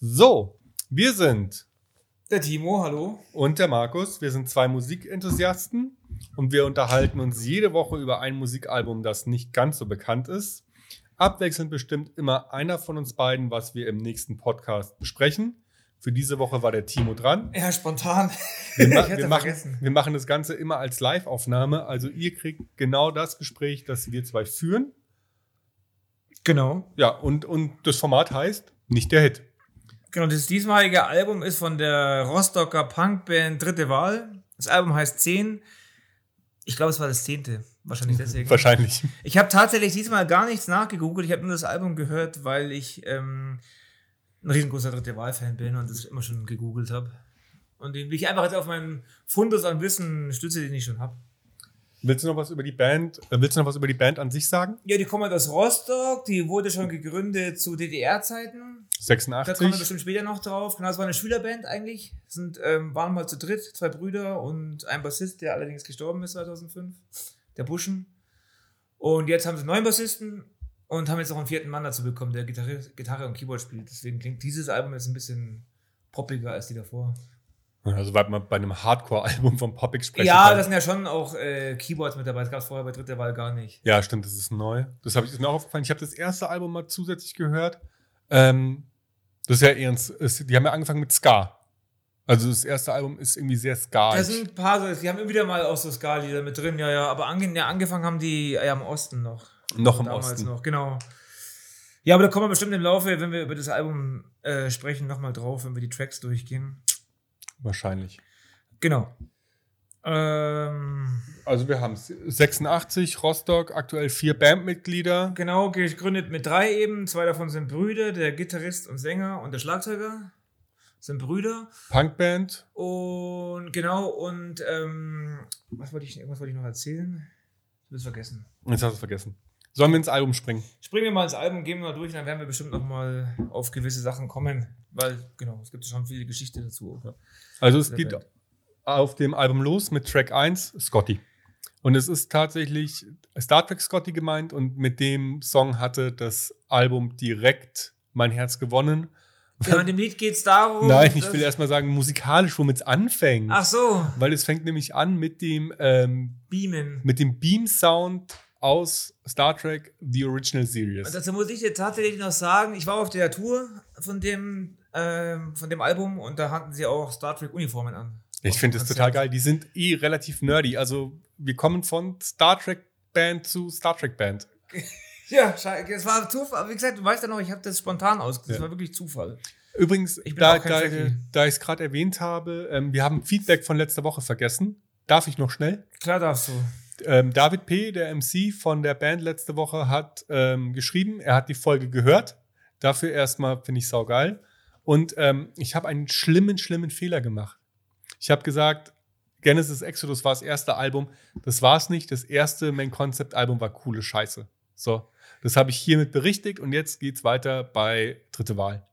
So, wir sind Der Timo, hallo. und der Markus, wir sind zwei Musikenthusiasten und wir unterhalten uns jede Woche über ein Musikalbum, das nicht ganz so bekannt ist. Abwechselnd bestimmt immer einer von uns beiden, was wir im nächsten Podcast besprechen. Für diese Woche war der Timo dran. Ja, spontan. Wir, ma Ich hätte wir, machen, vergessen. wir machen das Ganze immer als Live-Aufnahme. Also ihr kriegt genau das Gespräch, das wir zwei führen. Genau. Ja, und, und das Format heißt nicht der Hit. Genau, das diesmalige Album ist von der Rostocker Punkband Dritte Wahl. Das Album heißt 10. Ich glaube, es war das zehnte. Wahrscheinlich deswegen. Wahrscheinlich. Ich habe tatsächlich diesmal gar nichts nachgegoogelt. Ich habe nur das Album gehört, weil ich ähm, ein riesengroßer Dritte Wahl-Fan bin und das immer schon gegoogelt habe. Und den bin ich einfach jetzt auf meinen Fundus an Wissen stütze, den ich schon habe. Willst du noch was über die Band? äh, Willst du noch was über die Band an sich sagen? Ja, die kommen halt aus Rostock. Die wurde schon gegründet zu DDR-Zeiten. Da kommen wir 86. bestimmt später noch drauf. Genau, es war eine Schülerband eigentlich. Sind, ähm, waren mal zu dritt, zwei Brüder und ein Bassist, der allerdings gestorben ist 2005, der Buschen. Und jetzt haben sie einen neuen Bassisten und haben jetzt noch einen vierten Mann dazu bekommen, der Gitarre, Gitarre und Keyboard spielt. Deswegen klingt dieses Album jetzt ein bisschen poppiger als die davor. Also weil man bei einem Hardcore-Album von Popik sprechen ja, kann. da sind ja schon auch äh, Keyboards mit dabei. Das gab es vorher bei dritter Wahl gar nicht. ja, stimmt, das ist neu. Das habe ich ist mir auch aufgefallen. Ich habe das erste Album mal zusätzlich gehört. Ähm, das ist ja eher ein, S- ist, die haben ja angefangen mit Ska. Also das erste Album ist irgendwie sehr ska. Da sind ein paar, so- die haben immer wieder mal auch so Skali mit drin, ja, ja. Aber ange ja, angefangen haben die äh, ja, im Osten noch. Noch im damals Osten. noch, genau. Ja, aber da kommen wir bestimmt im Laufe, wenn wir über das Album äh, sprechen, nochmal drauf, wenn wir die Tracks durchgehen. Wahrscheinlich. Genau. Ähm, Also wir haben es. 86, Rostock, aktuell vier Bandmitglieder. genau, gegründet mit drei eben. Zwei davon sind Brüder, der Gitarrist und Sänger und der Schlagzeuger sind Brüder. Punkband. Und genau, und ähm, was wollte ich, irgendwas wollte ich noch erzählen? Ich hab's vergessen. Jetzt hast du es vergessen. Sollen wir ins Album springen? Springen wir mal ins Album, gehen wir mal durch, dann werden wir bestimmt nochmal auf gewisse Sachen kommen. Weil, genau, es gibt schon viele Geschichte dazu. Also es Der geht Band. auf dem Album los mit Track 1, Scotty. Und es ist tatsächlich Star Trek Scotty gemeint und mit dem Song hatte das Album direkt mein Herz gewonnen. Ja, in dem Lied geht es darum. Nein, ich dass- will erstmal sagen, musikalisch, womit es anfängt. Oh, Ach so, Weil es fängt nämlich an mit dem, ähm, Beamen. mit dem Beam-Sound aus Star Trek The Original Und Series. dazu muss ich jetzt tatsächlich noch sagen, ich war auf der Tour von dem, ähm, von dem Album und da hatten sie auch Star Trek Uniformen an. Ich finde das Konzert. total geil. Die sind eh relativ nerdy. Also wir kommen von Star Trek Band zu Star Trek Band. Ja, schei- es war Zufall. Wie gesagt, du weißt ja noch, ich habe das spontan ausgesucht. Es Ja. war wirklich Zufall. Übrigens, Ich bin da, auch kein da, Jackie. da ich es gerade erwähnt habe, ähm, wir haben Feedback von letzter Woche vergessen. Darf ich noch schnell? Klar darfst du. Ähm, David P., der MC von der Band letzte Woche, hat ähm, geschrieben, er hat die Folge gehört. Dafür erstmal finde ich saugeil. Und ähm, ich habe einen schlimmen, schlimmen Fehler gemacht. Ich habe gesagt, Genesis Exodus war das erste Album. Das war es nicht. Das erste Main Concept Album war coole Scheiße. So, das habe ich hiermit berichtigt und jetzt geht's weiter bei Dritte Wahl.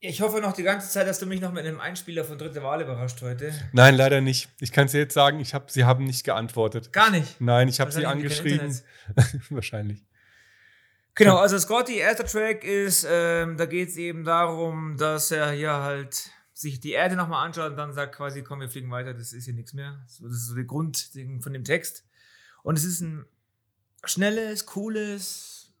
Ich hoffe noch die ganze Zeit, dass du mich noch mit einem Einspieler von Dritte Wahl überrascht heute. Nein, leider nicht. Ich kann es dir jetzt sagen, ich hab, sie haben nicht geantwortet. Gar nicht. Nein, ich habe sie Wahrscheinlich Also haben die kein angeschrieben. Wahrscheinlich. Genau, also Scotty, erster Track ist, ähm, da geht es eben darum, dass er hier halt sich die Erde nochmal anschaut und dann sagt quasi, komm, wir fliegen weiter, das ist hier nichts mehr. So, das ist so der Grundding von dem Text. Und es ist ein schnelles, cooles,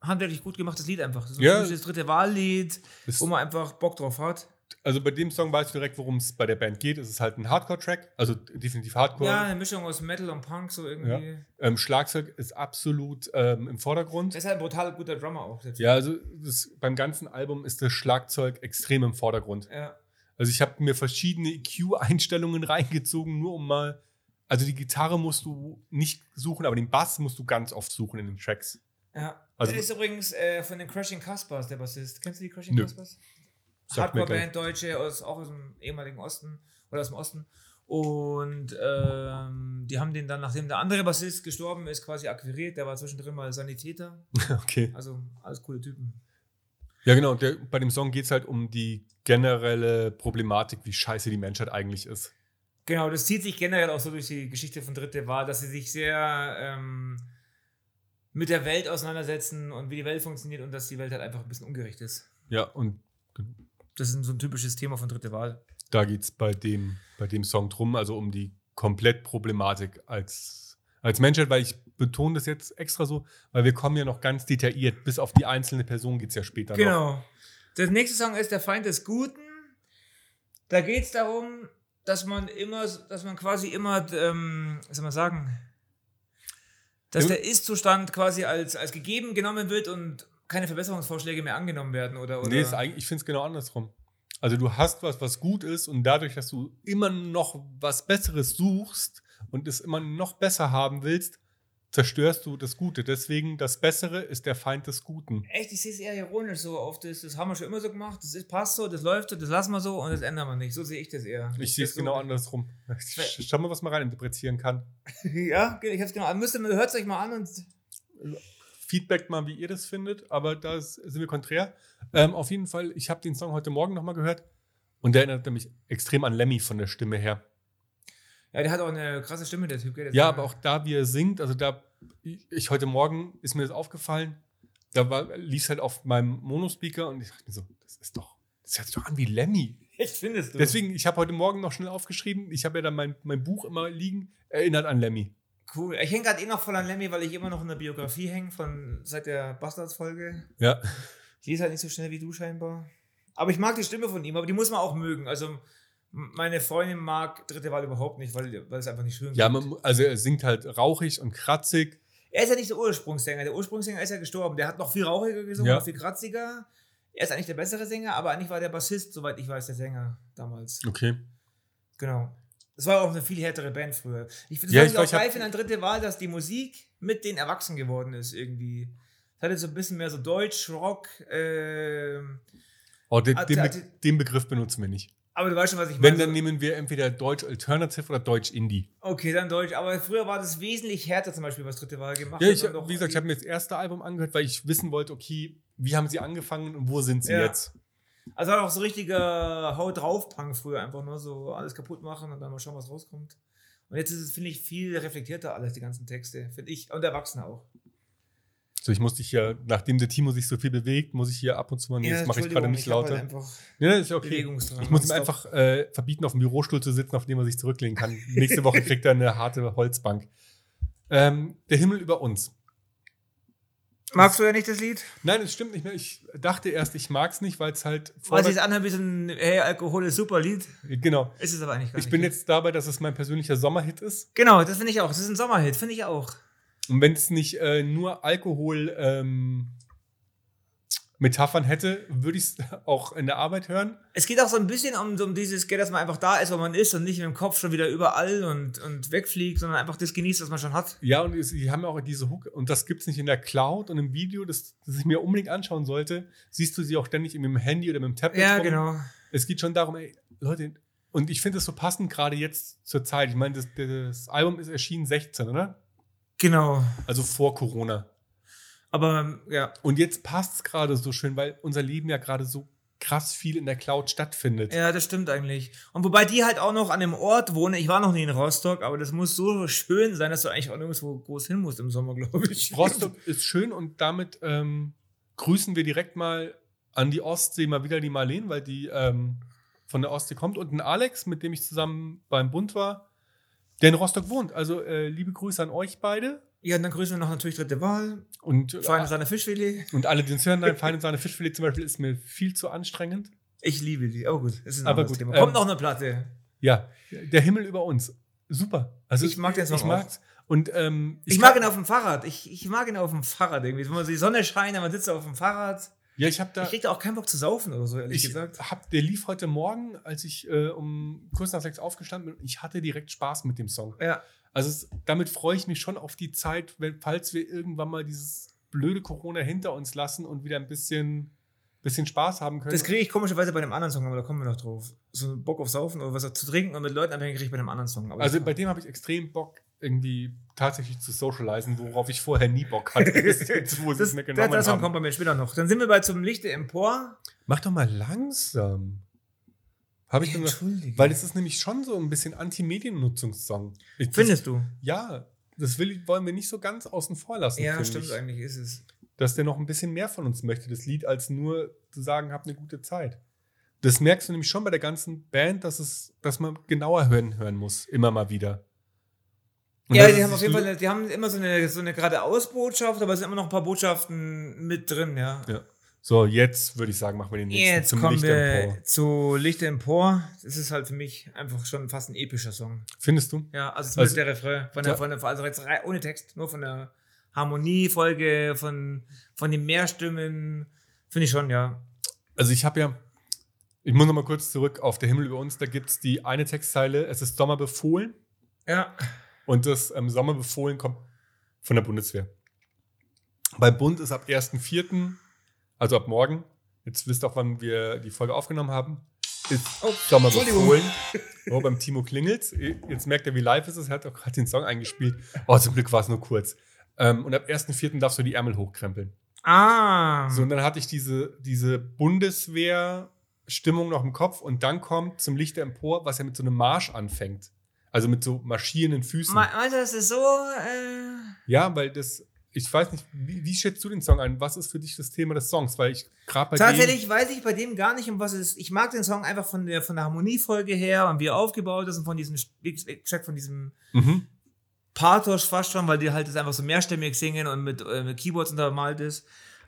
handwerklich gut gemachtes Lied einfach. Das ist Ja. ein typisches dritte Wahllied, Es- wo man einfach Bock drauf hat. also bei dem Song weißt du direkt, worum es bei der Band geht. Es ist halt ein Hardcore-Track, also definitiv Hardcore. Ja, eine Mischung aus Metal und Punk, so irgendwie. Ähm, Schlagzeug ist absolut ähm, im Vordergrund. Das ist halt ein brutal guter Drummer auch. der Typ. Ja, also das, beim ganzen Album ist das Schlagzeug extrem im Vordergrund. ja. Also ich habe mir verschiedene EQ-Einstellungen reingezogen, nur um mal. Also die Gitarre musst du nicht suchen, aber den Bass musst du ganz oft suchen in den Tracks. Ja. Also- Also, das ist übrigens äh, von den Crashing Caspers, der Bassist. Kennst du die Crashing Nö. Caspers? Sagt mir Hardcore-Band, Deutsche, aus, auch aus dem ehemaligen Osten oder aus dem Osten. Und ähm, die haben den dann, nachdem der andere Bassist gestorben ist, quasi akquiriert. Der war zwischendrin mal Sanitäter. Okay. Also alles coole Typen. Ja, genau. Der, bei dem Song geht es halt um die generelle Problematik, wie scheiße die Menschheit eigentlich ist. Genau, das zieht sich generell auch so durch die Geschichte von Dritte Wahl, dass sie sich sehr ähm, mit der Welt auseinandersetzen und wie die Welt funktioniert und dass die Welt halt einfach ein bisschen ungerecht ist. Ja, und das ist so ein typisches Thema von dritte Wahl. Da geht es bei dem, bei dem Song drum, also um die Komplettproblematik als, als Menschheit, weil ich betone das jetzt extra so, weil wir kommen ja noch ganz detailliert, bis auf die einzelne Person geht es ja später noch. Genau. Der nächste Song ist Der Feind des Guten. Da geht es darum, dass man immer, dass man quasi immer, ähm, was soll man sagen, dass Ja. der Ist-Zustand quasi als, als gegeben genommen wird und keine Verbesserungsvorschläge mehr angenommen werden oder, oder Nee, ist eigentlich, ich finde es genau andersrum. Also du hast was, was gut ist und dadurch, dass du immer noch was Besseres suchst und es immer noch besser haben willst, zerstörst du das Gute. Deswegen, das Bessere ist der Feind des Guten. echt, ich sehe es eher ironisch so auf das, das haben wir schon immer so gemacht, das ist, passt so, das läuft so, das lassen wir so und das ändern wir nicht. So sehe ich das eher. Ich sehe es Das so- genau andersrum. Schau mal, was man reininterpretieren kann. Ja, ich hab's genau. Müsst ihr, hört es euch mal an und Feedback mal, wie ihr das findet, aber da ist- sind wir konträr. Ähm, auf jeden Fall, ich habe den Song heute Morgen nochmal gehört und der erinnerte mich extrem an Lemmy von der Stimme her. ja, der hat auch eine krasse Stimme, der Typ. Gell? Der Ja, Sänger. aber auch da, wie er singt, also da, ich heute Morgen ist mir das aufgefallen, da war, lief halt auf meinem Monospeaker und ich dachte mir so, das ist doch, das hört sich doch an wie Lemmy. Echt findest du. Deswegen, ich habe heute Morgen noch schnell aufgeschrieben, ich habe ja dann mein, mein Buch immer liegen, erinnert an Lemmy. Cool. Ich hänge gerade eh noch voll an Lemmy, weil ich immer noch in der Biografie hänge von seit der Bastards-Folge. Ja, Ich lese halt nicht so schnell wie du scheinbar. Aber ich mag die Stimme von ihm, aber die muss man auch mögen. Also m- meine Freundin mag dritte Wahl überhaupt nicht, weil, weil es einfach nicht schön ja klingt. man, mu- also er singt halt rauchig und kratzig. Er ist ja nicht der Ursprungssänger. Der Ursprungssänger ist ja gestorben. Der hat noch viel rauchiger gesungen, Ja. noch viel kratziger. Er ist eigentlich der bessere Sänger, aber eigentlich war der Bassist, soweit ich weiß, der Sänger damals. Okay. Genau. Das war auch eine viel härtere Band früher. Ich finde Ja, ich es auch glaub, ich geil hab- für eine dritte Wahl, dass die Musik mit den Erwachsenen geworden ist irgendwie. Das hatte so ein bisschen mehr so Deutsch, Rock, ähm, Oh, den, Ah, den, der- Be- den Begriff benutzen wir nicht. aber du weißt schon, was ich Wenn, meine. dann So- nehmen wir entweder Deutsch Alternative oder Deutsch Indie. okay, dann Deutsch. Aber früher war das wesentlich härter zum Beispiel, was dritte Wahl gemacht Ja, hat. ich, und noch- wie gesagt, ich habe mir das erste Album angehört, weil ich wissen wollte, okay, wie haben sie angefangen und wo sind sie Ja. jetzt? Also war auch so richtiger Haut drauf Punk früher einfach nur so alles kaputt machen und dann mal schauen, was rauskommt. Und jetzt ist es, finde ich, viel reflektierter alles, die ganzen Texte, finde ich. Und Erwachsene auch. So, ich musste hier, nachdem der Timo sich so viel bewegt, muss ich hier ab und zu mal, nee, das mache ich gerade Entschuldigung, nicht hab lauter. Halt einfach nee, das ist okay. Bewegungsdrang. Ich muss ihm Stop. einfach äh, verbieten, auf dem Bürostuhl zu sitzen, auf dem er sich zurücklehnen kann. Nächste Woche kriegt er eine harte Holzbank. Ähm, der Himmel über uns. Magst du ja nicht das Lied? Nein, es stimmt nicht mehr. Ich dachte erst, ich mag es nicht, weil es halt Weil sie vorder- es anhört wie so ein Hey, Alkohol ist super Lied. Genau. Ist es aber eigentlich gar Ich nicht. bin jetzt dabei, dass es mein persönlicher Sommerhit ist. Genau, das finde ich auch. Das ist ein Sommerhit, finde ich auch. Und wenn es nicht äh, nur Alkohol ähm, Metaphern hätte, würde ich es auch in der Arbeit hören. Es geht auch so ein bisschen um, um dieses, gell, dass man einfach da ist, wo man ist und nicht mit dem Kopf schon wieder überall und, und wegfliegt, sondern einfach das genießt, was man schon hat. Ja, und es- die haben ja auch diese Hook, und das gibt es nicht in der Cloud und im Video, das, das ich mir unbedingt anschauen sollte, siehst du sie auch ständig mit dem Handy oder mit dem Tablet. Ja, rum. genau. Es geht schon darum, ey, Leute, und ich finde es so passend gerade jetzt zur Zeit. Ich meine, das, das Album ist erschienen 16, oder? Genau. Also vor Corona. Aber ja, Und jetzt passt es gerade so schön, weil unser Leben ja gerade so krass viel in der Cloud stattfindet. ja, das stimmt eigentlich. Und wobei die halt auch noch an dem Ort wohnen. Ich war noch nie in Rostock, aber das muss so schön sein, dass du eigentlich auch nirgendwo groß hin musst im Sommer, glaube ich. Rostock ist schön und damit ähm, grüßen wir direkt mal an die Ostsee mal wieder die Marleen, weil die ähm, von der Ostsee kommt und ein Alex, mit dem ich zusammen beim Bund war, der in Rostock wohnt. Also äh, liebe Grüße an euch beide Ja, und dann grüßen wir noch natürlich dritte Wahl. und, äh, Feine Sahne Fischfilet. und alle, die uns hören, nein, Fein und Sahne Fischfilet zum Beispiel ist mir viel zu anstrengend. Ich liebe die. Aber gut, es ist ein Aber gut, anderes Thema. ähm, Kommt noch eine Platte. Ja, der Himmel über uns. Super. Also Ich mag den Song Ich mag's. Und ähm, Ich, mag ihn auf dem Fahrrad. Ich, ich mag ihn auf dem Fahrrad irgendwie. Wenn man so die Sonne scheint, man sitzt auf dem Fahrrad. Ja, ich habe da Ich krieg da auch keinen Bock zu saufen oder so, ehrlich Ich gesagt. hab, der lief heute Morgen, als ich äh, um kurz nach sechs aufgestanden bin. Ich hatte direkt Spaß mit dem Song. Ja. Also es, damit freue ich mich schon auf die Zeit, wenn, falls wir irgendwann mal dieses blöde Corona hinter uns lassen und wieder ein bisschen, bisschen Spaß haben können. Das kriege ich komischerweise bei dem anderen Song, aber da kommen wir noch drauf. So Bock auf Saufen oder was zu trinken und mit Leuten abhängen kriege ich bei dem anderen Song. Aber also das- bei dem habe ich extrem Bock, irgendwie tatsächlich zu socialisen, worauf ich vorher nie Bock hatte. bis jetzt, wo sie es das, mir der, der genommen Song kommt haben. bei mir später noch. Dann sind wir bei zum Lichte empor. Mach doch mal langsam. Habe ich gesagt. Entschuldige. Weil es ist nämlich schon so ein bisschen Anti-Mediennutzungssong. Ich- das- Findest du? Ja, das will, ich- wollen wir nicht so ganz außen vor lassen. Ja, finde stimmt ich. eigentlich, ist es. Dass der noch ein bisschen mehr von uns möchte, das Lied, als nur zu sagen, hab eine gute Zeit. Das merkst du nämlich schon bei der ganzen Band, dass, es, dass man genauer hören, hören muss, immer mal wieder. Und ja, das die ist haben auf jeden so- Fall, eine- die haben immer so eine, so eine geradeaus Botschaft, aber es sind immer noch ein paar Botschaften mit drin, ja. Ja. So, jetzt würde ich sagen, machen wir den nächsten Jetzt zum kommen Licht wir empor. zu Licht empor. Das ist halt für mich einfach schon fast ein epischer Song. Findest du? Ja, also zumindest Also- der Refrain von der, Ja. von der, also jetzt rei- ohne Text, nur von der Harmoniefolge, von, von den Mehrstimmen. Finde ich schon, ja. Also ich habe ja, ich muss noch mal kurz zurück auf Der Himmel über uns, da gibt es die eine Textzeile, es ist Sommer befohlen Ja, und das ähm, Sommer befohlen kommt von der Bundeswehr. Beim Bund ist ab 1.4., also ab morgen, jetzt wisst ihr auch, wann wir die Folge aufgenommen haben, ist Oh, Sommer Entschuldigung. befohlen. Oh, beim Timo klingelt Jetzt merkt er, wie live es ist. Er hat auch gerade den Song eingespielt. Oh, zum Glück war es nur kurz. Ähm, und ab 1.4. darfst du die Ärmel hochkrempeln. Ah. So, und dann hatte ich diese, diese Bundeswehr-Stimmung noch im Kopf und dann kommt zum Lichter empor, was ja mit so einem Marsch anfängt. Also mit so marschierenden Füßen. Me- Meinst du, das ist so. Äh, ja, weil das, ich weiß nicht, wie, wie schätzt du den Song ein? Was ist für dich das Thema des Songs? Weil ich halt gerade bei tatsächlich weiß ich bei dem gar nicht, um was es ist. Ich mag den Song einfach von der, von der Harmoniefolge her und wie er aufgebaut ist und von diesem, wie gesagt, von diesem Dem, mhm. Pathos fast schon, weil die halt das einfach so mehrstimmig singen und mit, äh, mit Keyboards untermalt ist.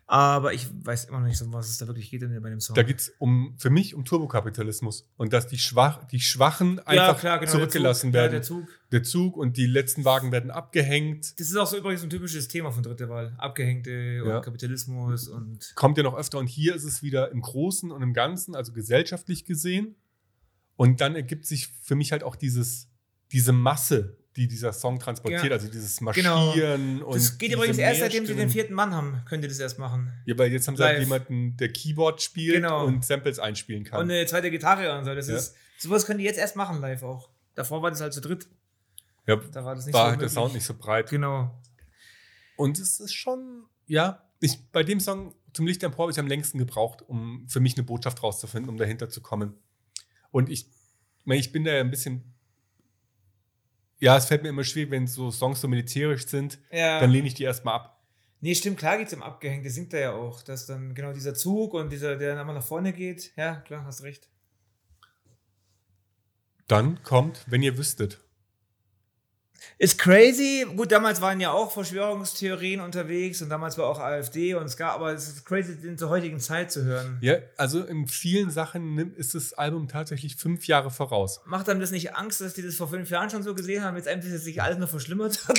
Aber ich weiß immer noch nicht so, um was es da wirklich geht in- bei dem Song. Da geht es um, für mich um Turbokapitalismus und dass die, Schwach, die Schwachen einfach zurückgelassen genau, der Zug, werden. Ja, der der, Zug. Zug. und die letzten Wagen werden abgehängt. Das ist auch so übrigens ein typisches Thema von Dritte Wahl. Abgehängte Ja. und Kapitalismus und. kommt ja noch öfter und hier ist es wieder im Großen und im Ganzen, also gesellschaftlich gesehen. Und dann ergibt sich für mich halt auch dieses, diese Masse, die dieser Song transportiert, Ja. also dieses Genau. Marschieren und. Das geht diese übrigens erst, seitdem sie den Mehrstimmen. vierten Mann haben, könnt ihr das erst machen. Ja, weil jetzt haben sie halt Live. jemanden, der Keyboard spielt Genau. und Samples einspielen kann. Und ne- eine zweite Gitarre und so. Das Ja. ist, sowas können die jetzt erst machen live auch. Davor war das halt zu dritt. ja, Da war das nicht war so halt der möglich. Sound nicht so breit. Genau. Und es ist schon, ja, ich, bei dem Song zum Licht empor habe ich am längsten gebraucht, um für mich eine Botschaft rauszufinden, um dahinter zu kommen. Und ich, ich meine, ich bin da ja ein bisschen, ja, es fällt mir immer schwierig, wenn so Songs so militärisch sind, Ja. dann lehne ich die erstmal ab. nee, stimmt, klar geht's um Abgehängte, singt er ja auch. Dass dann genau dieser Zug und dieser, der dann immer nach vorne geht. Ja, klar, hast recht. Dann kommt, wenn ihr wüsstet. Ist crazy. Gut, damals waren ja auch Verschwörungstheorien unterwegs und damals war auch AfD und es gab, aber es ist crazy, den zur heutigen Zeit zu hören. Ja, also in vielen Sachen nimmt- ist das Album tatsächlich fünf Jahre voraus. Macht einem das nicht Angst, dass die das vor fünf Jahren schon so gesehen haben, jetzt einfach sich alles nur verschlimmert hat?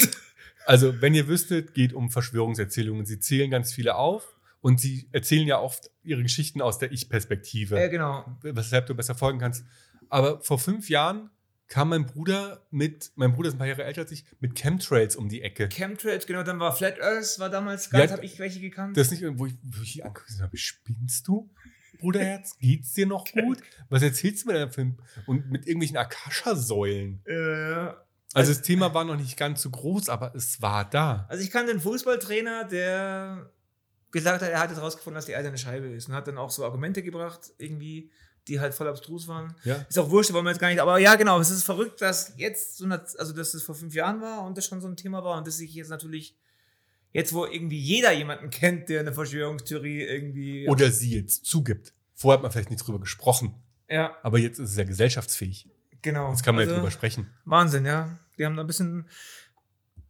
Also, wenn ihr wüsstet, geht um Verschwörungserzählungen. Sie zählen ganz viele auf und sie erzählen ja oft ihre Geschichten aus der Ich-Perspektive. Ja, genau. weshalb du besser folgen kannst. Aber vor fünf Jahren kam mein Bruder mit, mein Bruder ist ein paar Jahre älter als ich, mit Chemtrails um die Ecke. Chemtrails, genau, dann war Flat Earth, war damals ganz, Ja, habe ich welche gekannt. Das ist nicht, wo ich, wo ich ihn angucke und sage, spinnst du? Bruderherz, geht's dir noch gut? Was erzählst du mir denn für ein- Und mit irgendwelchen Akasha-Säulen. Äh, Also das Thema war noch nicht ganz so groß, aber es war da. also ich kannte einen Fußballtrainer, der gesagt hat, er hat jetzt rausgefunden, dass die Erde eine Scheibe ist und hat dann auch so Argumente gebracht, irgendwie, die halt voll abstrus waren. Ja. Ist auch wurscht, wollen wir jetzt gar nicht, aber ja, genau, es ist verrückt, dass jetzt so eine, also dass das vor fünf Jahren war und das schon so ein Thema war und dass sich jetzt natürlich jetzt, wo irgendwie jeder jemanden kennt, der eine Verschwörungstheorie irgendwie. Oder sie jetzt zugibt. Vorher hat man vielleicht nicht drüber gesprochen, ja, aber jetzt ist es ja gesellschaftsfähig. genau. Jetzt kann man ja Also, drüber sprechen. Wahnsinn, ja. Die haben da ein bisschen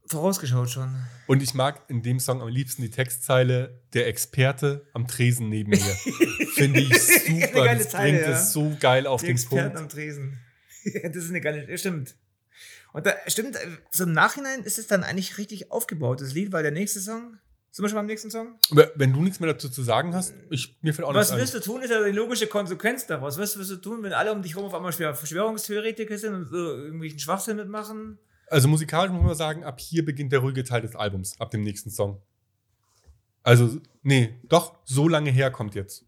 vorausgeschaut schon. Und ich mag in dem Song am liebsten die Textzeile Der Experte am Tresen neben mir. Finde ich Eine super. geile Das Zeile, bringt ja. es so geil auf die den Experten Punkt. am Tresen. das ist eine geile, ja, stimmt. Und da stimmt, äh, so im Nachhinein ist es dann eigentlich richtig aufgebaut, das Lied, weil der nächste Song, zum Beispiel beim nächsten Song, Aber Wenn du nichts mehr dazu zu sagen hast, ich, mir fällt auch was nichts wirst ein. du tun, Oh, ist ja die logische Konsequenz daraus. Was wirst du tun, wenn alle um dich herum auf einmal schwer Verschwörungstheoretiker sind und so irgendwelchen Schwachsinn mitmachen? Also musikalisch muss man sagen, ab hier beginnt der ruhige Teil des Albums, ab dem nächsten Song. Also, nee, doch, so lange her kommt jetzt.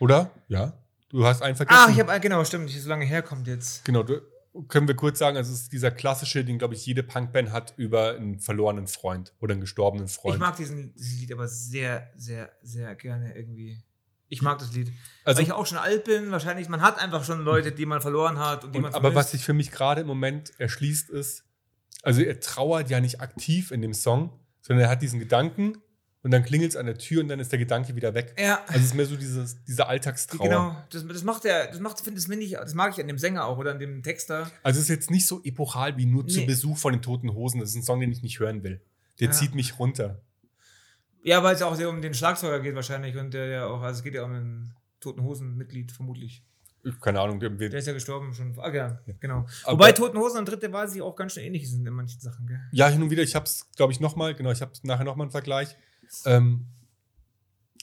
Oder? Ja. Du hast einen vergessen. Ach, ich habe, genau, stimmt, nicht so lange herkommt jetzt. Genau, du, können wir kurz sagen, also es ist dieser klassische, den, glaube ich, jede Punkband hat über einen verlorenen Freund oder einen gestorbenen Freund. Ich mag diesen, dieses Lied aber sehr, sehr, sehr gerne irgendwie. Ich mag das Lied. also, Weil ich auch schon alt bin, wahrscheinlich, man hat einfach schon Leute, die man verloren hat und die man Und, aber vermisst. was sich für mich gerade im Moment erschließt, ist, also er trauert ja nicht aktiv in dem Song, sondern er hat diesen Gedanken und dann klingelt es an der Tür und dann ist der Gedanke wieder weg. Ja. Also es ist mehr so dieses, dieser Alltagstrauer. Genau, das, das macht er, das macht, finde find ich, das mag ich an dem Sänger auch oder an dem Texter. Also es ist jetzt nicht so epochal wie nur zu Nee. Besuch von den Toten Hosen. Das ist ein Song, den ich nicht hören will. Der Ja. zieht mich runter. Ja, weil es auch sehr um den Schlagzeuger geht wahrscheinlich und der ja auch, also es geht ja um einen Toten Hosen-Mitglied vermutlich. Ich- Keine Ahnung. der- Der wir- ist ja gestorben schon. Ah, ja, genau. Aber- Wobei Toten Hosen und Dritte Wahl sich auch ganz schön ähnlich sind in manchen Sachen, gell? Ja, hin und wieder. Ich habe es, glaube ich, nochmal. Genau, ich habe nachher nochmal einen Vergleich. Ähm,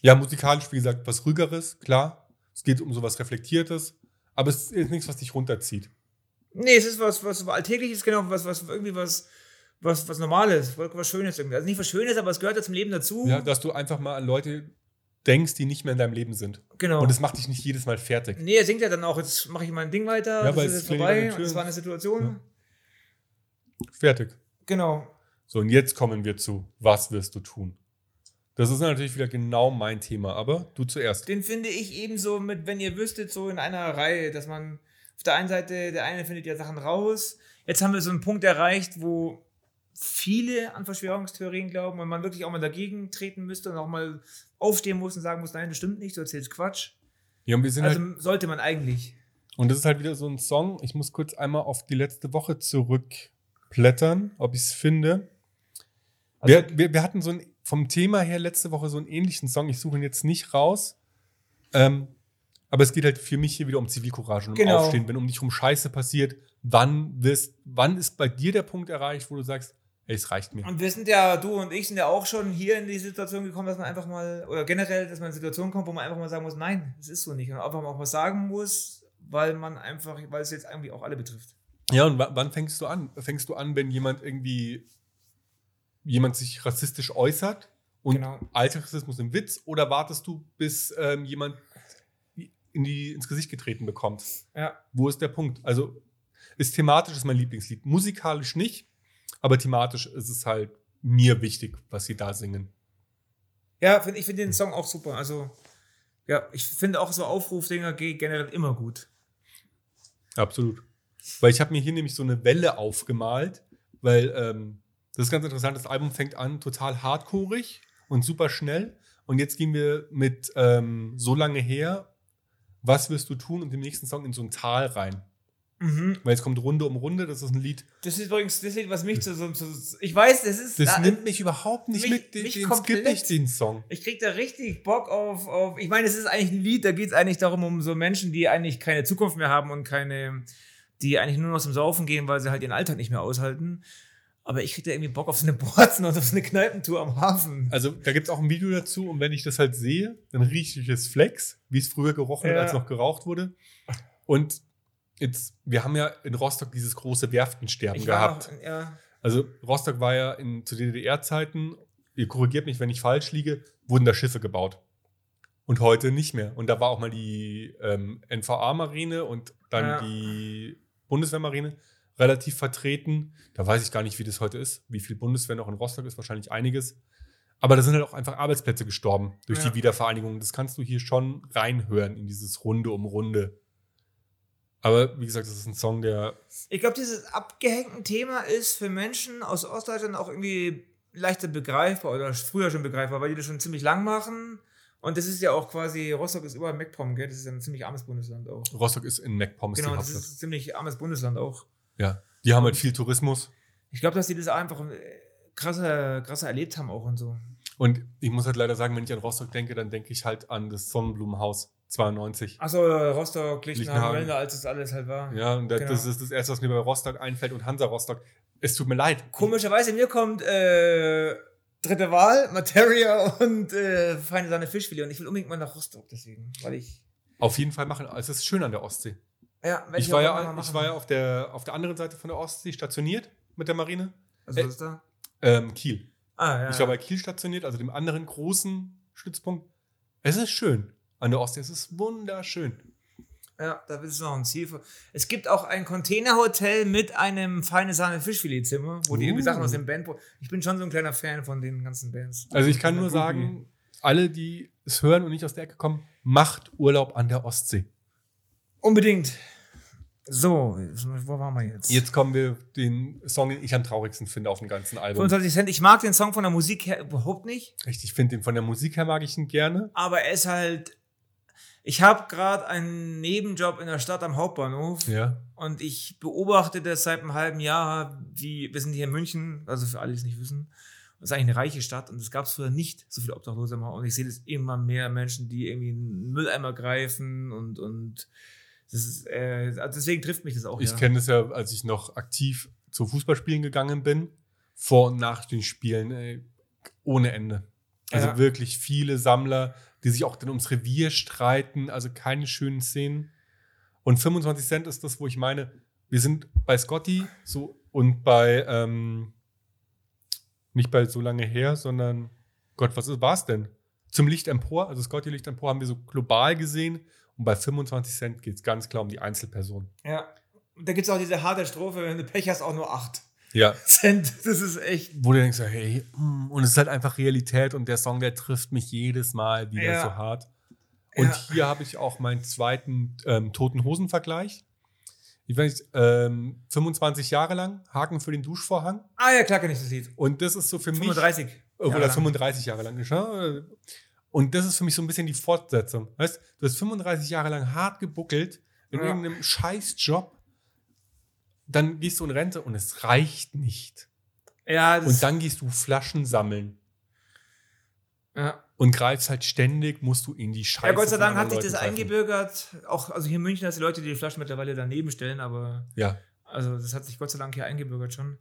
ja, musikalisch, wie gesagt, was Rügeres, klar. Es geht um sowas Reflektiertes. Aber es ist nichts, was dich runterzieht. Nee, es ist was, was Alltägliches, genau, was, was irgendwie was, was, was Normales, was was Schönes irgendwie. Also nicht was Schönes, aber es gehört ja zum Leben dazu. Ja, dass du einfach mal an Leute denkst, die nicht mehr in deinem Leben sind. genau. Und es macht dich nicht jedes Mal fertig. nee, er singt ja dann auch, jetzt mache ich mein Ding weiter, Ja, das weil ist es jetzt klingelt an vorbei, den Türen. das war eine Situation. Ja. Fertig. Genau. So, und jetzt kommen wir zu, was wirst du tun? Das ist natürlich wieder genau mein Thema, aber du zuerst. Den finde ich ebenso mit, wenn ihr wüsstet, so in einer Reihe, dass man auf der einen Seite, der eine findet ja Sachen raus. Jetzt haben wir so einen Punkt erreicht, wo viele an Verschwörungstheorien glauben und man wirklich auch mal dagegen treten müsste und auch mal aufstehen muss und sagen muss, nein, das stimmt nicht, du erzählst Quatsch. Ja, und wir sind Also halt, sollte man eigentlich. und das ist halt wieder so ein Song. Ich muss kurz einmal auf die letzte Woche zurückblättern, ob ich es finde. Also- wir, wir, wir hatten so ein, vom Thema her letzte Woche so einen ähnlichen Song. Ich suche ihn jetzt nicht raus. Ähm, aber es geht halt für mich hier wieder um Zivilcourage und um Genau. Aufstehen, wenn um dich rum Scheiße passiert. Wann, wirst, wann ist bei dir der Punkt erreicht, wo du sagst, ey, es reicht mir? Und wir sind ja, du und ich sind ja auch schon hier in die Situation gekommen, dass man einfach mal, oder generell, dass man in Situationen kommt, wo man einfach mal sagen muss, nein, es ist so nicht. Und einfach mal auch was sagen muss, weil man einfach, weil es jetzt irgendwie auch alle betrifft. Ja, und wa- wann fängst du an? Fängst du an, wenn jemand irgendwie jemand sich rassistisch äußert und Genau. alter Rassismus im Witz oder wartest du, bis ähm, jemand in die, ins Gesicht getreten bekommt? Ja. Wo ist der Punkt? Also ist thematisch ist mein Lieblingslied. Musikalisch nicht, aber thematisch ist es halt mir wichtig, was sie da singen. Ja, find, ich finde den Song auch super. Also, ja, ich finde auch so Aufrufdinger ge- generell immer gut. Absolut. Weil ich habe mir hier nämlich so eine Welle aufgemalt, weil ähm, das ist ganz interessant, das Album fängt an total hardcoreig und super schnell. Und jetzt gehen wir mit ähm, So lange her, was wirst du tun und dem nächsten Song in so ein Tal rein. Mhm. Weil jetzt kommt Runde um Runde, das ist ein Lied, Das ist übrigens das Lied, was mich zu so. Zu, zu- ich weiß, das ist. das da- nimmt mich überhaupt nicht mich- mit, den, mich den komplett. skippe ich den Song. Ich krieg da richtig Bock auf, auf ich meine, es ist eigentlich ein Lied, da geht es eigentlich darum, um so Menschen, die eigentlich keine Zukunft mehr haben und keine, die eigentlich nur noch zum Saufen gehen, weil sie halt ihren Alltag nicht mehr aushalten. Aber ich krieg da irgendwie Bock auf so eine Borzen und auf so eine Kneipentour am Hafen. Also da gibt es auch ein Video dazu und wenn ich das halt sehe, dann rieche ich es Flex, wie es früher gerochen hat, Ja. als noch geraucht wurde. Und jetzt, wir haben ja in Rostock dieses große Werftensterben ich war gehabt. noch, ja, Also Rostock war ja in, zu DDR-Zeiten, ihr korrigiert mich, wenn ich falsch liege, wurden da Schiffe gebaut. Und heute nicht mehr. Und da war auch mal die ähm, NVA-Marine und dann Ja. die Bundeswehrmarine relativ vertreten. Da weiß ich gar nicht, wie das heute ist, wie viel Bundeswehr noch in Rostock ist, wahrscheinlich einiges. Aber da sind halt auch einfach Arbeitsplätze gestorben durch Ja. die Wiedervereinigung. Das kannst du hier schon reinhören in dieses Runde um Runde. Aber wie gesagt, das ist ein Song, der Ich glaube, dieses abgehängte Thema ist für Menschen aus Ostdeutschland auch irgendwie leichter begreifbar oder früher schon begreifbar, weil die das schon ziemlich lang machen. Und das ist ja auch quasi, Rostock ist überall MacPom, gell? Das ist ja ein ziemlich armes Bundesland auch. Rostock ist in MacPomms Genau, die das Hauptstadt. ist ein ziemlich armes Bundesland auch. Ja, die haben halt viel Tourismus. Ich glaube, dass die das einfach äh, krasser, krasser erlebt haben auch und so. Und ich muss halt leider sagen, wenn ich an Rostock denke, dann denke ich halt an das Sonnenblumenhaus 92. Achso, Rostock, Lichtenhagen, Lichtenhagen. Wende, als das alles halt war. Ja, und das, genau. das ist das Erste, was mir bei Rostock einfällt und Hansa Rostock. Es tut mir leid. Komischerweise, mir kommt äh, dritte Wahl, Materia und äh, Feine Sahne Fischfilet. Und ich will unbedingt mal nach Rostock, deswegen, weil ich. Auf jeden Fall machen. Es ist schön an der Ostsee. Ja, werd Ich war, auch irgendwann ja, mal ich machen. war ja auf der, auf der anderen Seite von der Ostsee stationiert mit der Marine. Also, äh, was ist da? Ähm, Kiel. Ah, ja. Ich war ja. bei Kiel stationiert, also dem anderen großen Stützpunkt. Es ist schön an der Ostsee. Es ist wunderschön. ja, da ist noch ein Ziel. Für. Es gibt auch ein Containerhotel mit einem Feine Sahne Fischfilet-Zimmer, wo die irgendwie Uh. Sachen aus dem Band. Ich bin schon so ein kleiner Fan von den ganzen Bands. Also ich kann Von nur der Groupie. sagen, alle, die es hören und nicht aus der Ecke kommen, macht Urlaub an der Ostsee. Unbedingt. So, wo waren wir jetzt? Jetzt kommen wir den Song, den ich am traurigsten finde auf dem ganzen Album. 25 Cent. Ich mag den Song von der Musik her überhaupt nicht, Echt, ich finde den von der Musik her mag ich ihn gerne. aber er ist halt. Ich habe gerade einen Nebenjob in der Stadt am Hauptbahnhof Ja. und ich beobachte das seit einem halben Jahr, wie wir sind hier in München, also für alle, die es nicht wissen. Das ist eigentlich eine reiche Stadt und es gab es früher nicht so viele Obdachlose im Haus. Und ich sehe das immer mehr Menschen, die irgendwie einen Mülleimer greifen und, und das ist, äh, deswegen trifft mich das auch. Ich Oh, ja. kenne das ja, als ich noch aktiv zu Fußballspielen gegangen bin. Vor und nach den Spielen ey, ohne Ende. Also Ja. wirklich viele Sammler, die sich auch dann ums Revier streiten. Also keine schönen Szenen. Und 25 Cent ist das, wo ich meine, wir sind bei Scotty so und bei ähm, nicht bei so lange her, sondern Gott, was war es denn? Zum Licht empor, also Scotty Licht empor haben wir so global gesehen. Und bei 25 Cent geht es ganz klar um die Einzelperson. Ja. Und da gibt es auch diese harte Strophe, wenn du Pech hast, auch nur 8 Ja, Cent. Das ist echt. wo du denkst, hey, mm, und es ist halt einfach Realität und der Song, der trifft mich jedes Mal wieder Ja. so hart. Und Ja. hier habe ich auch meinen zweiten ähm, Toten Hosen-Vergleich. Ich weiß nicht, ähm, 25 Jahre lang, Haken für den Duschvorhang. Ah ja, klar kenne ich das Lied. Und das ist so für mich. 35. Obwohl Jahre das lang. 35 Jahre lang ist. ja. Und das ist für mich so ein bisschen die Fortsetzung. Weißt du, hast 35 Jahre lang hart gebuckelt in Ja. irgendeinem Scheißjob. Dann gehst du in Rente und es reicht nicht. Ja, das Und dann gehst du Flaschen sammeln ja. und greifst halt ständig, musst du in die Scheiße. ja, Gott sei von Dank hat sich anderen das Leuten greifen. eingebürgert. Auch, also hier in München hast du Leute, die die Flaschen mittlerweile daneben stellen, aber Ja, also das hat sich Gott sei Dank hier eingebürgert schon.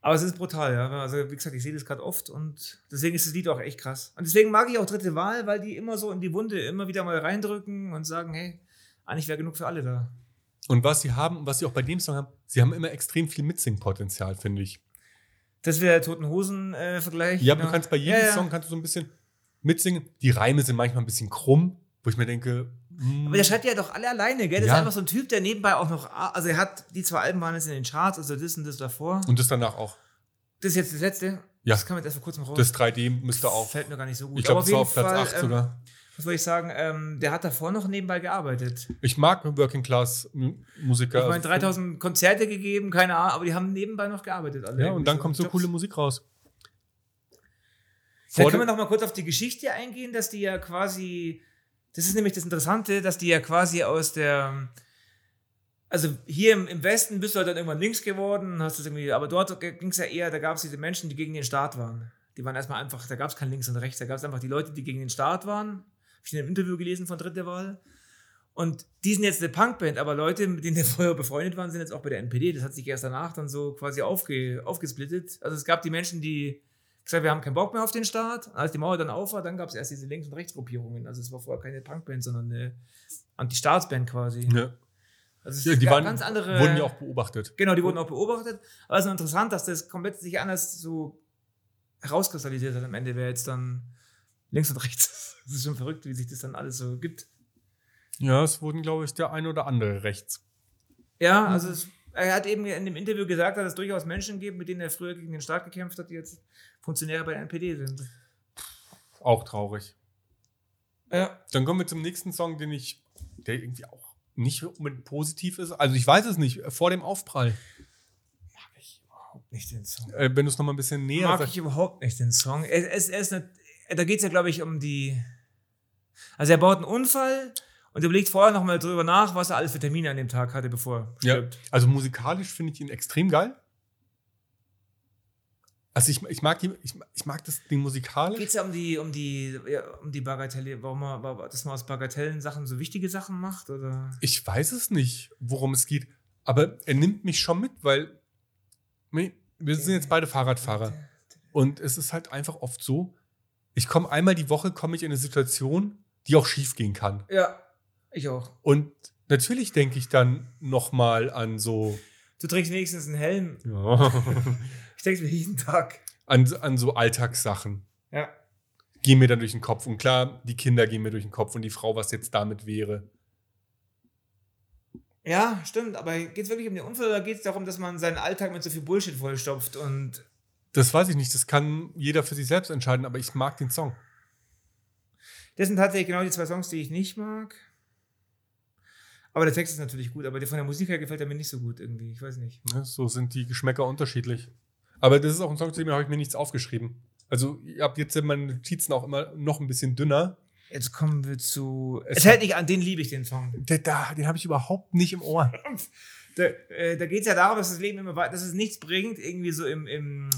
Aber es ist brutal, ja. Also, wie gesagt, ich sehe das gerade oft und deswegen ist das Lied auch echt krass. Und deswegen mag ich auch dritte Wahl, weil die immer so in die Wunde immer wieder mal reindrücken und sagen, hey, eigentlich wäre genug für alle da. und was sie haben, was sie auch bei dem Song haben, sie haben immer extrem viel Mitsingpotenzial, finde ich. Das wäre der Toten Hosen-Vergleich. Ja, genau. du kannst bei jedem Ja, ja. Song kannst du so ein bisschen mitsingen. Die Reime sind manchmal ein bisschen krumm, wo ich mir denke, mm, Aber der schreibt ja doch alle alleine, gell? Das ist Ja. einfach so ein Typ, der nebenbei auch noch. A- Also, er hat die zwei Alben waren jetzt in den Charts, also das und das davor. und das danach auch. Das ist jetzt das letzte. Ja. Das kam jetzt erst vor kurzem raus. Das 3D müsste auch. Fällt mir gar nicht so gut. Ich glaube, Aber es war jeden auf Platz Fall, 8 ähm, sogar. Was wollte ich sagen? Ähm, der hat davor noch nebenbei gearbeitet. Ich mag Working Class M- Musiker. ich meine, also- 3000 Konzerte gegeben, keine Ahnung, aber die haben nebenbei noch gearbeitet. Alle Ja, und dann kommt so coole Musik raus. Da Vor können wir dem, noch mal kurz auf die Geschichte eingehen, dass die ja quasi, das ist nämlich das Interessante, dass die ja quasi aus der, also hier im, im Westen bist du halt dann irgendwann links geworden, hast das irgendwie, aber dort ging es ja eher, da gab es diese Menschen, die gegen den Staat waren. Die waren erstmal einfach, da gab es kein Links und Rechts, da gab es einfach die Leute, die gegen den Staat waren. Habe ich in einem Interview gelesen von Dritte Wahl. Und die sind jetzt eine Punkband, aber Leute, mit denen wir vorher befreundet waren, sind jetzt auch bei der NPD. Das hat sich erst danach dann so quasi aufge, aufgesplittet. Also es gab die Menschen, die gesagt, wir haben keinen Bock mehr auf den Staat. Als die Mauer dann auf war, dann gab es erst diese Links- und Rechtsgruppierungen. Also es war vorher keine Punkband, sondern eine Anti-Staatsband quasi. ne, Also es ja, die gab waren, wurden ja auch beobachtet. Genau, die wurden auch beobachtet. Aber es ist noch interessant, dass das komplett sich anders so herauskristallisiert hat am Ende, wer jetzt dann links und rechts ist. Es ist schon verrückt, wie sich das dann alles so gibt. Ja, es wurden, glaube ich, der ein oder andere rechts. Ja, also es, er hat eben in dem Interview gesagt, dass es durchaus Menschen gibt, mit denen er früher gegen den Staat gekämpft hat, die jetzt Funktionäre bei der NPD sind. Auch traurig. Ja. Dann kommen wir zum nächsten Song, den ich, der irgendwie auch nicht unbedingt positiv ist. Also ich weiß es nicht, vor dem Aufprall. Ich überhaupt nicht den Song. Äh, wenn du es nochmal ein bisschen näher Mag sagst. ich überhaupt nicht den Song. Es, es, es ist eine, da geht es ja, glaube ich, um die. Also er baut einen Unfall und überlegt vorher nochmal drüber nach, was er alles für Termine an dem Tag hatte, bevor er Ja, stirbt. also musikalisch finde ich ihn extrem geil. Also ich, ich, mag, die, ich, ich mag das Ding musikalisch. Geht es ja um die, um die, ja, um die Bagatelle, warum man, wa- wa- dass man aus Bagatellen Sachen so wichtige Sachen macht? Oder? Ich weiß es nicht, worum es geht, aber er nimmt mich schon mit, weil mi- wir sind jetzt beide Fahrradfahrer und es ist halt einfach oft so, ich komme einmal die Woche komme ich in eine Situation, die auch schief gehen kann. Ja, ich auch. Und natürlich denke ich dann noch mal an so Du trägst wenigstens einen Helm. Ich denke mir jeden Tag. an, an so Alltagssachen. Ja. Gehen mir dann durch den Kopf und klar, die Kinder gehen mir durch den Kopf und die Frau, was jetzt damit wäre. Ja, stimmt, aber geht es wirklich um den Unfall oder geht es darum, dass man seinen Alltag mit so viel Bullshit vollstopft und Das weiß ich nicht, das kann jeder für sich selbst entscheiden, aber ich mag den Song. Das sind tatsächlich genau die zwei Songs, die ich nicht mag. Aber der Text ist natürlich gut, aber der- von der Musik her gefällt er mir nicht so gut irgendwie. Ich weiß nicht. Ne? So sind die Geschmäcker unterschiedlich. Aber das ist auch ein Song, zu dem habe ich mir nichts aufgeschrieben. Also ab jetzt sind meine Notizen auch immer noch ein bisschen dünner. Jetzt kommen wir zu. Es- Es, hält nicht an, den liebe ich, den Song. Der, da, den habe ich überhaupt nicht im Ohr. Da, äh, da geht es ja darum, dass das Leben immer weiter, dass es nichts bringt, irgendwie so im, im,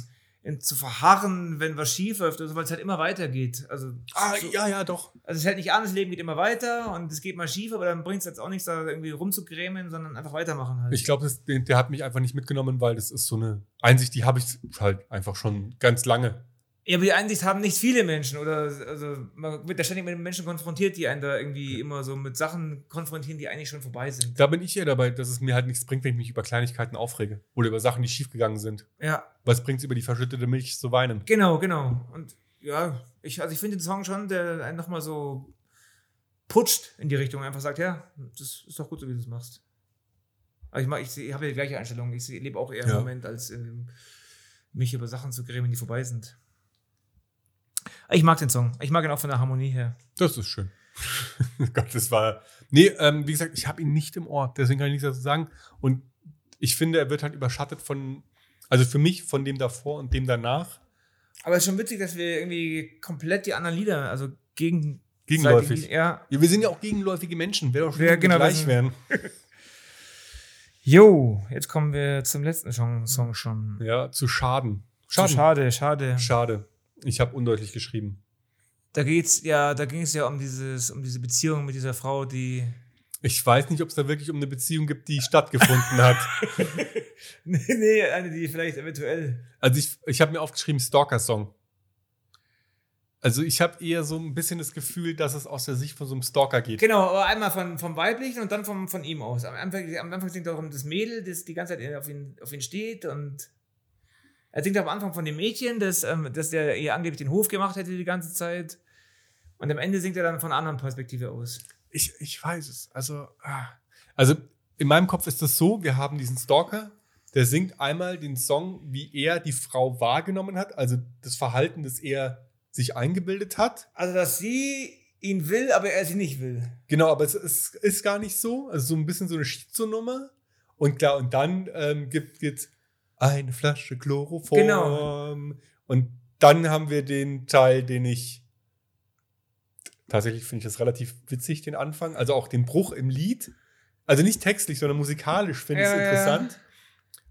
im zu verharren, wenn was schief läuft, also, weil es halt immer weitergeht. Also, Ah, so, ja, ja, doch. also es hält nicht an, das Leben geht immer weiter und es geht mal schief, aber dann bringt es jetzt auch nichts, da irgendwie rumzugrämen, sondern einfach weitermachen halt. Ich glaube, das- den- der hat mich einfach nicht mitgenommen, weil das ist so eine Einsicht, die habe ich halt einfach schon ganz lange. Ja, aber die Einsicht haben nicht viele Menschen, oder? Also, man wird da ständig mit Menschen konfrontiert, die einen da irgendwie immer so mit Sachen konfrontieren, die eigentlich schon vorbei sind. Da bin ich eher dabei, dass es mir halt nichts bringt, wenn ich mich über Kleinigkeiten aufrege oder über Sachen, die schiefgegangen sind. Ja, Was bringt es über die verschüttete Milch zu weinen? genau, genau. Und ja, ich, also ich finde den Song schon, der einen nochmal so putscht in die Richtung, einfach sagt, ja, das ist doch gut, so wie du es machst. Aber ich, mag, ich, seh- ich habe ja die gleiche Einstellung. Ich seh- lebe auch eher Ja. im Moment, als ähm, mich über Sachen zu grämen, die vorbei sind. Ich mag den Song. Ich mag ihn auch von der Harmonie her. Das ist schön. Gott, das war. Nee, ähm, wie gesagt, ich habe ihn nicht im Ohr, deswegen kann ich nichts dazu sagen. Und ich finde, er wird halt überschattet von, also für mich, von dem davor und dem danach. Aber es ist schon witzig, dass wir irgendwie komplett die anderen Lieder, also gegen. Gegenläufig. seitlich- Ja. Ja, wir sind ja auch gegenläufige Menschen, wäre doch schön, Ja, wenn wir genau, gleich wir- wären. Jo, jetzt kommen wir zum letzten Song, Song schon. Ja, zu Schaden. Zu schade, schade. Schade. Ich habe undeutlich geschrieben. Da geht's ja, da ging es ja um dieses, um diese Beziehung mit dieser Frau, die. Ich weiß nicht, ob es da wirklich um eine Beziehung gibt, die stattgefunden hat. nee, nee, eine, die vielleicht eventuell. Also ich, ich habe mir aufgeschrieben Stalker-Song. Also ich habe eher so ein bisschen das Gefühl, dass es aus der Sicht von so einem Stalker geht. Genau, aber einmal von, vom Weiblichen und dann vom, von ihm aus. Am Anfang, am Anfang singt er darum das Mädel, das die ganze Zeit auf ihn, auf ihn steht und. Er singt am Anfang von dem Mädchen, das, ähm, dass der ihr angeblich den Hof gemacht hätte die ganze Zeit. Und am Ende singt er dann von einer anderen Perspektive aus. Ich, ich weiß es. Also, ah. also in meinem Kopf ist das so, wir haben diesen Stalker, der singt einmal den Song, wie er die Frau wahrgenommen hat, also das Verhalten, das er sich eingebildet hat. Also, dass sie ihn will, aber er sie nicht will. Genau, aber es ist, ist gar nicht so. Also so ein bisschen so eine Schizo-Nummer. Und klar, und dann ähm, gibt es eine Flasche Chloroform. Genau. Und dann haben wir den Teil, den ich tatsächlich finde ich das relativ witzig, den Anfang. Also auch den Bruch im Lied. Also nicht textlich, sondern musikalisch finde ich es Ja, ja. interessant.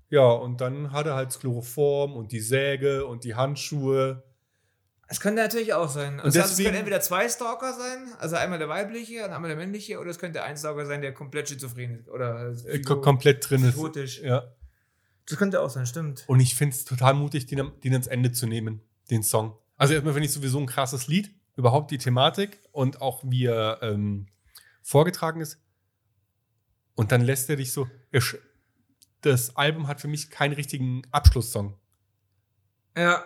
Ja, und dann hat er halt das Chloroform und die Säge und die Handschuhe. Es könnte natürlich auch sein. Also es deswegen- können entweder zwei Stalker sein, also einmal der weibliche und einmal der männliche, oder es könnte ein Stalker sein, der komplett schizophren ist. Oder Äh, kom- komplett drin ist. psychotisch. Ja. Das könnte auch sein, stimmt. Und ich finde es total mutig, den, am- den ans Ende zu nehmen, den Song. Also erstmal finde ich sowieso ein krasses Lied, überhaupt die Thematik und auch wie er ähm, vorgetragen ist. Und dann lässt er dich so. er sch- Das Album hat für mich keinen richtigen Abschlusssong. Ja,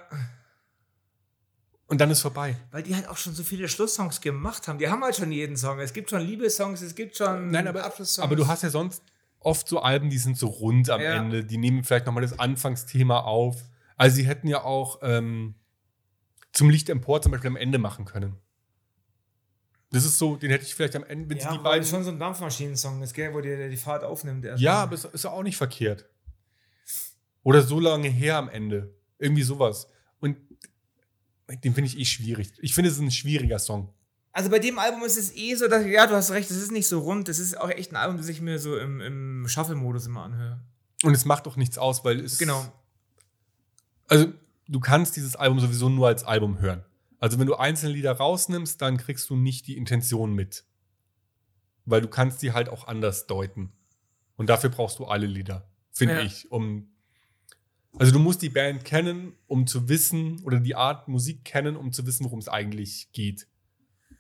Und dann ist vorbei. weil die halt auch schon so viele Schlusssongs gemacht haben. Die haben halt schon jeden Song. Es gibt schon Liebessongs, es gibt schon Nein, aber- Abschlusssongs. Aber du hast ja sonst oft so Alben, die sind so rund am Ja. Ende. Die nehmen vielleicht nochmal das Anfangsthema auf. Also sie hätten ja auch ähm, zum Licht empor zum Beispiel am Ende machen können. Das ist so, den hätte ich vielleicht am Ende, wenn sie ja, die die beiden. schon so ein Dampfmaschinensong, das gell, wo der der die Fahrt aufnimmt. erst Ja, mal. aber es ist ja auch nicht verkehrt. Oder so lange her am Ende. Irgendwie sowas. Und den finde ich eh schwierig. Ich finde, es ist ein schwieriger Song. Also bei dem Album ist es eh so, dass, ja, du hast recht, es ist nicht so rund. Es ist auch echt ein Album, das ich mir so im, im Shuffle-Modus immer anhöre. Und es macht auch nichts aus, weil es. Genau. Also, du kannst dieses Album sowieso nur als Album hören. Also, wenn du einzelne Lieder rausnimmst, dann kriegst du nicht die Intention mit. Weil du kannst die halt auch anders deuten. Und dafür brauchst du alle Lieder, finde Ja. ich. Um also du musst die Band kennen, um zu wissen, oder die Art Musik kennen, um zu wissen, worum es eigentlich geht.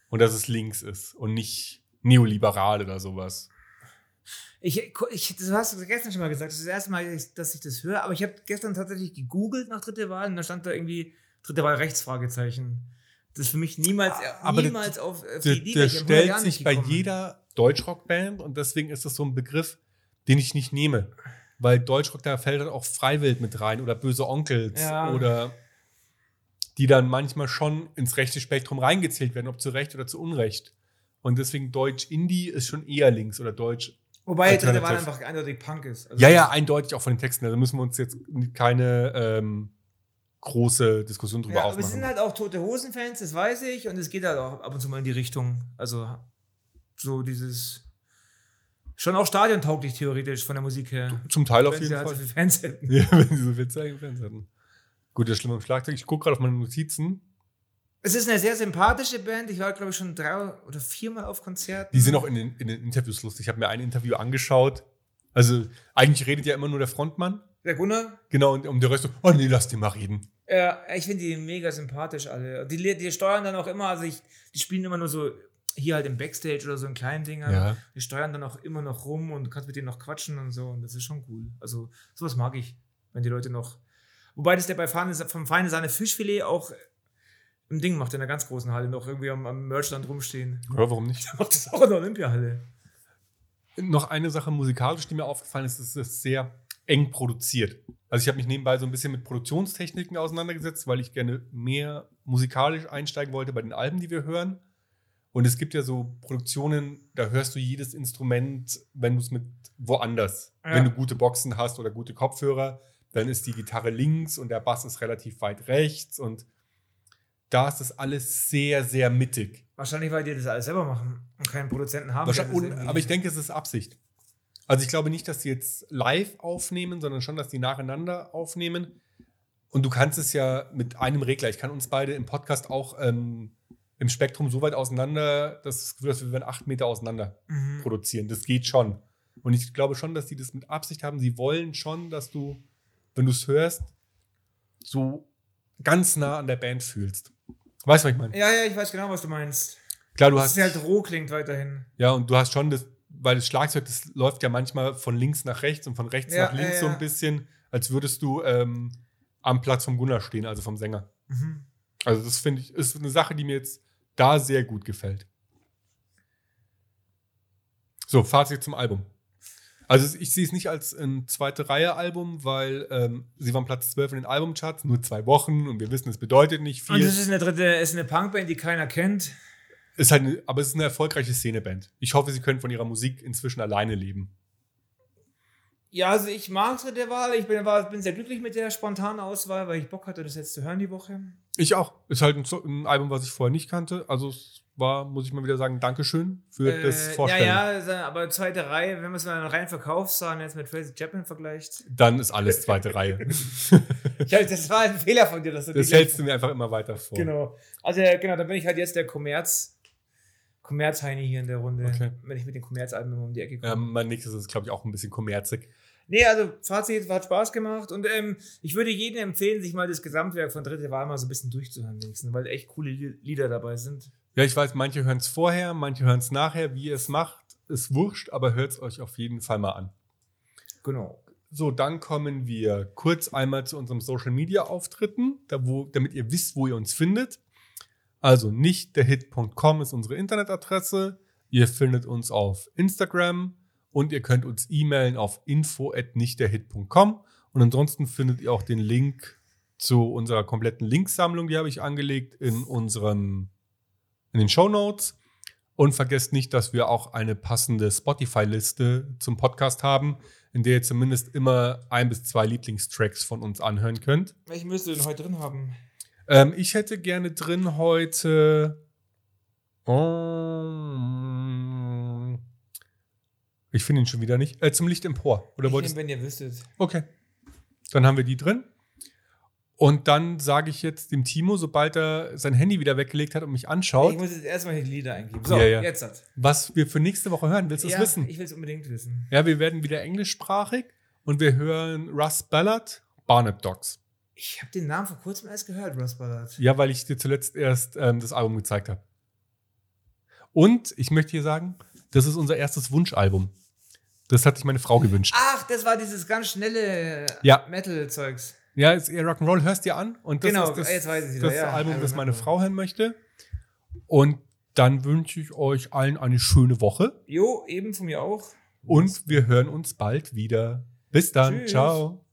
Und dass es links ist und nicht neoliberal oder sowas. Ich, ich, das hast du gestern schon mal gesagt. Das ist das erste Mal, dass ich das höre. Aber ich habe gestern tatsächlich gegoogelt nach dritte Wahl und da stand da irgendwie dritte Wahl Rechtsfragezeichen. Das ist für mich niemals, Ah, äh, Aber der- niemals auf, auf Der, Idee der wäre ich im 100 stellt Jahren sich nicht bei gekommen. jeder Deutschrockband und deswegen ist das so ein Begriff, den ich nicht nehme. Weil Deutschrock, da fällt dann auch Freiwild mit rein oder Böse Onkels Ja. oder die dann manchmal schon ins rechte Spektrum reingezählt werden, ob zu Recht oder zu Unrecht. Und deswegen Deutsch Indie ist schon eher links oder Deutsch Wobei der Wahl Alternative. einfach eindeutig Punk ist. Also Ja, ja, eindeutig auch von den Texten. Also Da müssen wir uns jetzt keine ähm, große Diskussion drüber Ja, aber wir aufmachen. sind halt auch tote Hosen-Fans, das weiß ich. Und es geht halt auch ab und zu mal in die Richtung. Also so dieses. Schon auch stadiontauglich theoretisch von der Musik her. Zum Teil auf Wenn sie jeden halt so Fall. viele Fans hätten. Ja, wenn sie so witzige Fans hatten. Gut, das Schlimme am Schlagzeug. Ich gucke gerade auf meine Notizen. Es ist eine sehr sympathische Band. Ich war, glaube ich, schon drei oder viermal auf Konzerten. Die sind auch in den, in den Interviews lustig. Ich habe mir ein Interview angeschaut. Also, eigentlich redet ja immer nur der Frontmann. Der Gunnar? Genau, und um der Rest so, oh nee, lass den mal reden. Ja, ich finde die mega sympathisch alle. Die, le- die steuern dann auch immer, also ich, die spielen immer nur so hier halt im Backstage oder so in kleinen Dingern. Ja. Die steuern dann auch immer noch rum und kannst mit denen noch quatschen und so. Und das ist schon cool. Also sowas mag ich, wenn die Leute noch. Wobei das der bei Fahne, vom Feine seine Fischfilet auch im Ding macht, in der ganz großen Halle noch irgendwie am, am Merchstand rumstehen. Ja, warum nicht? Macht das auch in der Olympiahalle. Noch eine Sache musikalisch, die mir aufgefallen ist, ist, es ist sehr eng produziert. Also ich habe mich nebenbei so ein bisschen mit Produktionstechniken auseinandergesetzt, weil ich gerne mehr musikalisch einsteigen wollte bei den Alben, die wir hören. Und es gibt ja so Produktionen, da hörst du jedes Instrument, wenn du es mit woanders. Ja. Wenn du gute Boxen hast oder gute Kopfhörer, dann ist die Gitarre links und der Bass ist relativ weit rechts. Und da ist das alles sehr, sehr mittig. Wahrscheinlich, weil die das alles selber machen und keinen Produzenten haben. Wahrscheinlich, der un- das irgendwie- aber ich denke, es ist Absicht. Also ich glaube nicht, dass die jetzt live aufnehmen, sondern schon, dass die nacheinander aufnehmen. Und du kannst es ja mit einem Regler. Ich kann uns beide im Podcast auch ähm, im Spektrum so weit auseinander, dass das Gefühl, dass wir werden acht Meter auseinander Mhm. produzieren. Das geht schon. Und ich glaube schon, dass die das mit Absicht haben. Sie wollen schon, dass du, wenn du es hörst, so ganz nah an der Band fühlst. Weißt du, was ich meine? Ja, ja, ich weiß genau, was du meinst. Klar, du Du hast hast dass es halt roh klingt weiterhin. Ja, und du hast schon das, weil das Schlagzeug, das läuft ja manchmal von links nach rechts und von rechts Ja, nach links ja, so ja. ein bisschen, als würdest du ähm, am Platz vom Gunnar stehen, also vom Sänger. Mhm. Also das finde ich, ist eine Sache, die mir jetzt da sehr gut gefällt. So, Fazit zum Album. Also ich sehe es nicht als ein zweite Reihe Album, weil ähm, sie waren Platz 12 in den Albumcharts, nur zwei Wochen und wir wissen, es bedeutet nicht Und viel. das ist eine dritte, ist eine Punkband, die keiner kennt. Ist halt eine, aber es ist eine erfolgreiche Szeneband. Ich hoffe, sie können von ihrer Musik inzwischen alleine leben. Ja, also ich mag dritte Wahl. Ich bin, war, bin sehr glücklich mit der spontanen Auswahl, weil ich Bock hatte, das jetzt zu hören die Woche. Ich auch. Ist halt ein, Zo- ein Album, was ich vorher nicht kannte. Also es war, muss ich mal wieder sagen, Dankeschön für das Äh, Vorstellen. Ja, ja, sa- aber zweite Reihe, wenn man es mal in reinen Verkaufszahlen jetzt mit Tracy Chapman vergleicht. Dann ist alles zweite Reihe. Ich hab, das war ein Fehler von dir, dass du Das die- hältst du mir einfach immer weiter vor. Genau. Also ja, genau, dann bin ich halt jetzt der Kommerz. Kommerzheini hier in der Runde, Okay. wenn ich mit den Kommerzalben immer um die Ecke komme. Ähm, mein nächstes ist, glaube ich, auch ein bisschen kommerzig. Nee, also Fazit hat Spaß gemacht und ähm, ich würde jedem empfehlen, sich mal das Gesamtwerk von Dritte Wahl mal so ein bisschen durchzuhören, wenigstens, weil echt coole Li- Lieder dabei sind. Ja, ich weiß, manche hören es vorher, manche hören es nachher. Wie ihr es macht, ist wurscht, aber hört es euch auf jeden Fall mal an. Genau. So, dann kommen wir kurz einmal zu unserem Social Media Auftritten, da wo, damit ihr wisst, wo ihr uns findet. Also nicht derhit.com ist unsere Internetadresse. Ihr findet uns auf Instagram und ihr könnt uns e-mailen auf info at nichtderhit.com. Und ansonsten findet ihr auch den Link zu unserer kompletten Linksammlung, die habe ich angelegt in unseren in den Show Notes. Und vergesst nicht, dass wir auch eine passende Spotify-Liste zum Podcast haben in der ihr zumindest immer ein bis zwei Lieblingstracks von uns anhören könnt. Welchen müsst ihr denn heute drin haben? Ähm, ich hätte gerne drin heute. Ähm, ich finde ihn schon wieder nicht. Äh, zum Licht empor. Oder ich wolltest nehm, wenn ihr wüsstet. Okay. Dann haben wir die drin. Und dann sage ich jetzt dem Timo, sobald er sein Handy wieder weggelegt hat und mich Ich anschaut, muss jetzt erstmal die Lieder eingeben. So, Ja, ja. jetzt hat. was wir für nächste Woche hören. Willst du es Ja, wissen? Ich will es unbedingt wissen. Ja, wir werden wieder englischsprachig und wir hören Russ Ballard, Barnett Dogs. Ich habe den Namen vor kurzem erst gehört, Russ Ballard. Ja, weil ich dir zuletzt erst ähm, das Album gezeigt habe. Und ich möchte hier sagen, das ist unser erstes Wunschalbum. Das hat sich meine Frau gewünscht. Ach, das war dieses ganz schnelle Ja. Metal-Zeugs. Ja, ist eher Rock'n'Roll, hörst dir an. Und das Genau, ist das, jetzt weiß ich wieder, das ja. also Album, I das meine remember. Frau hören möchte. Und dann wünsche ich euch allen eine schöne Woche Jo, eben von mir auch. und wir hören uns bald wieder. Bis dann. Tschüss. Ciao.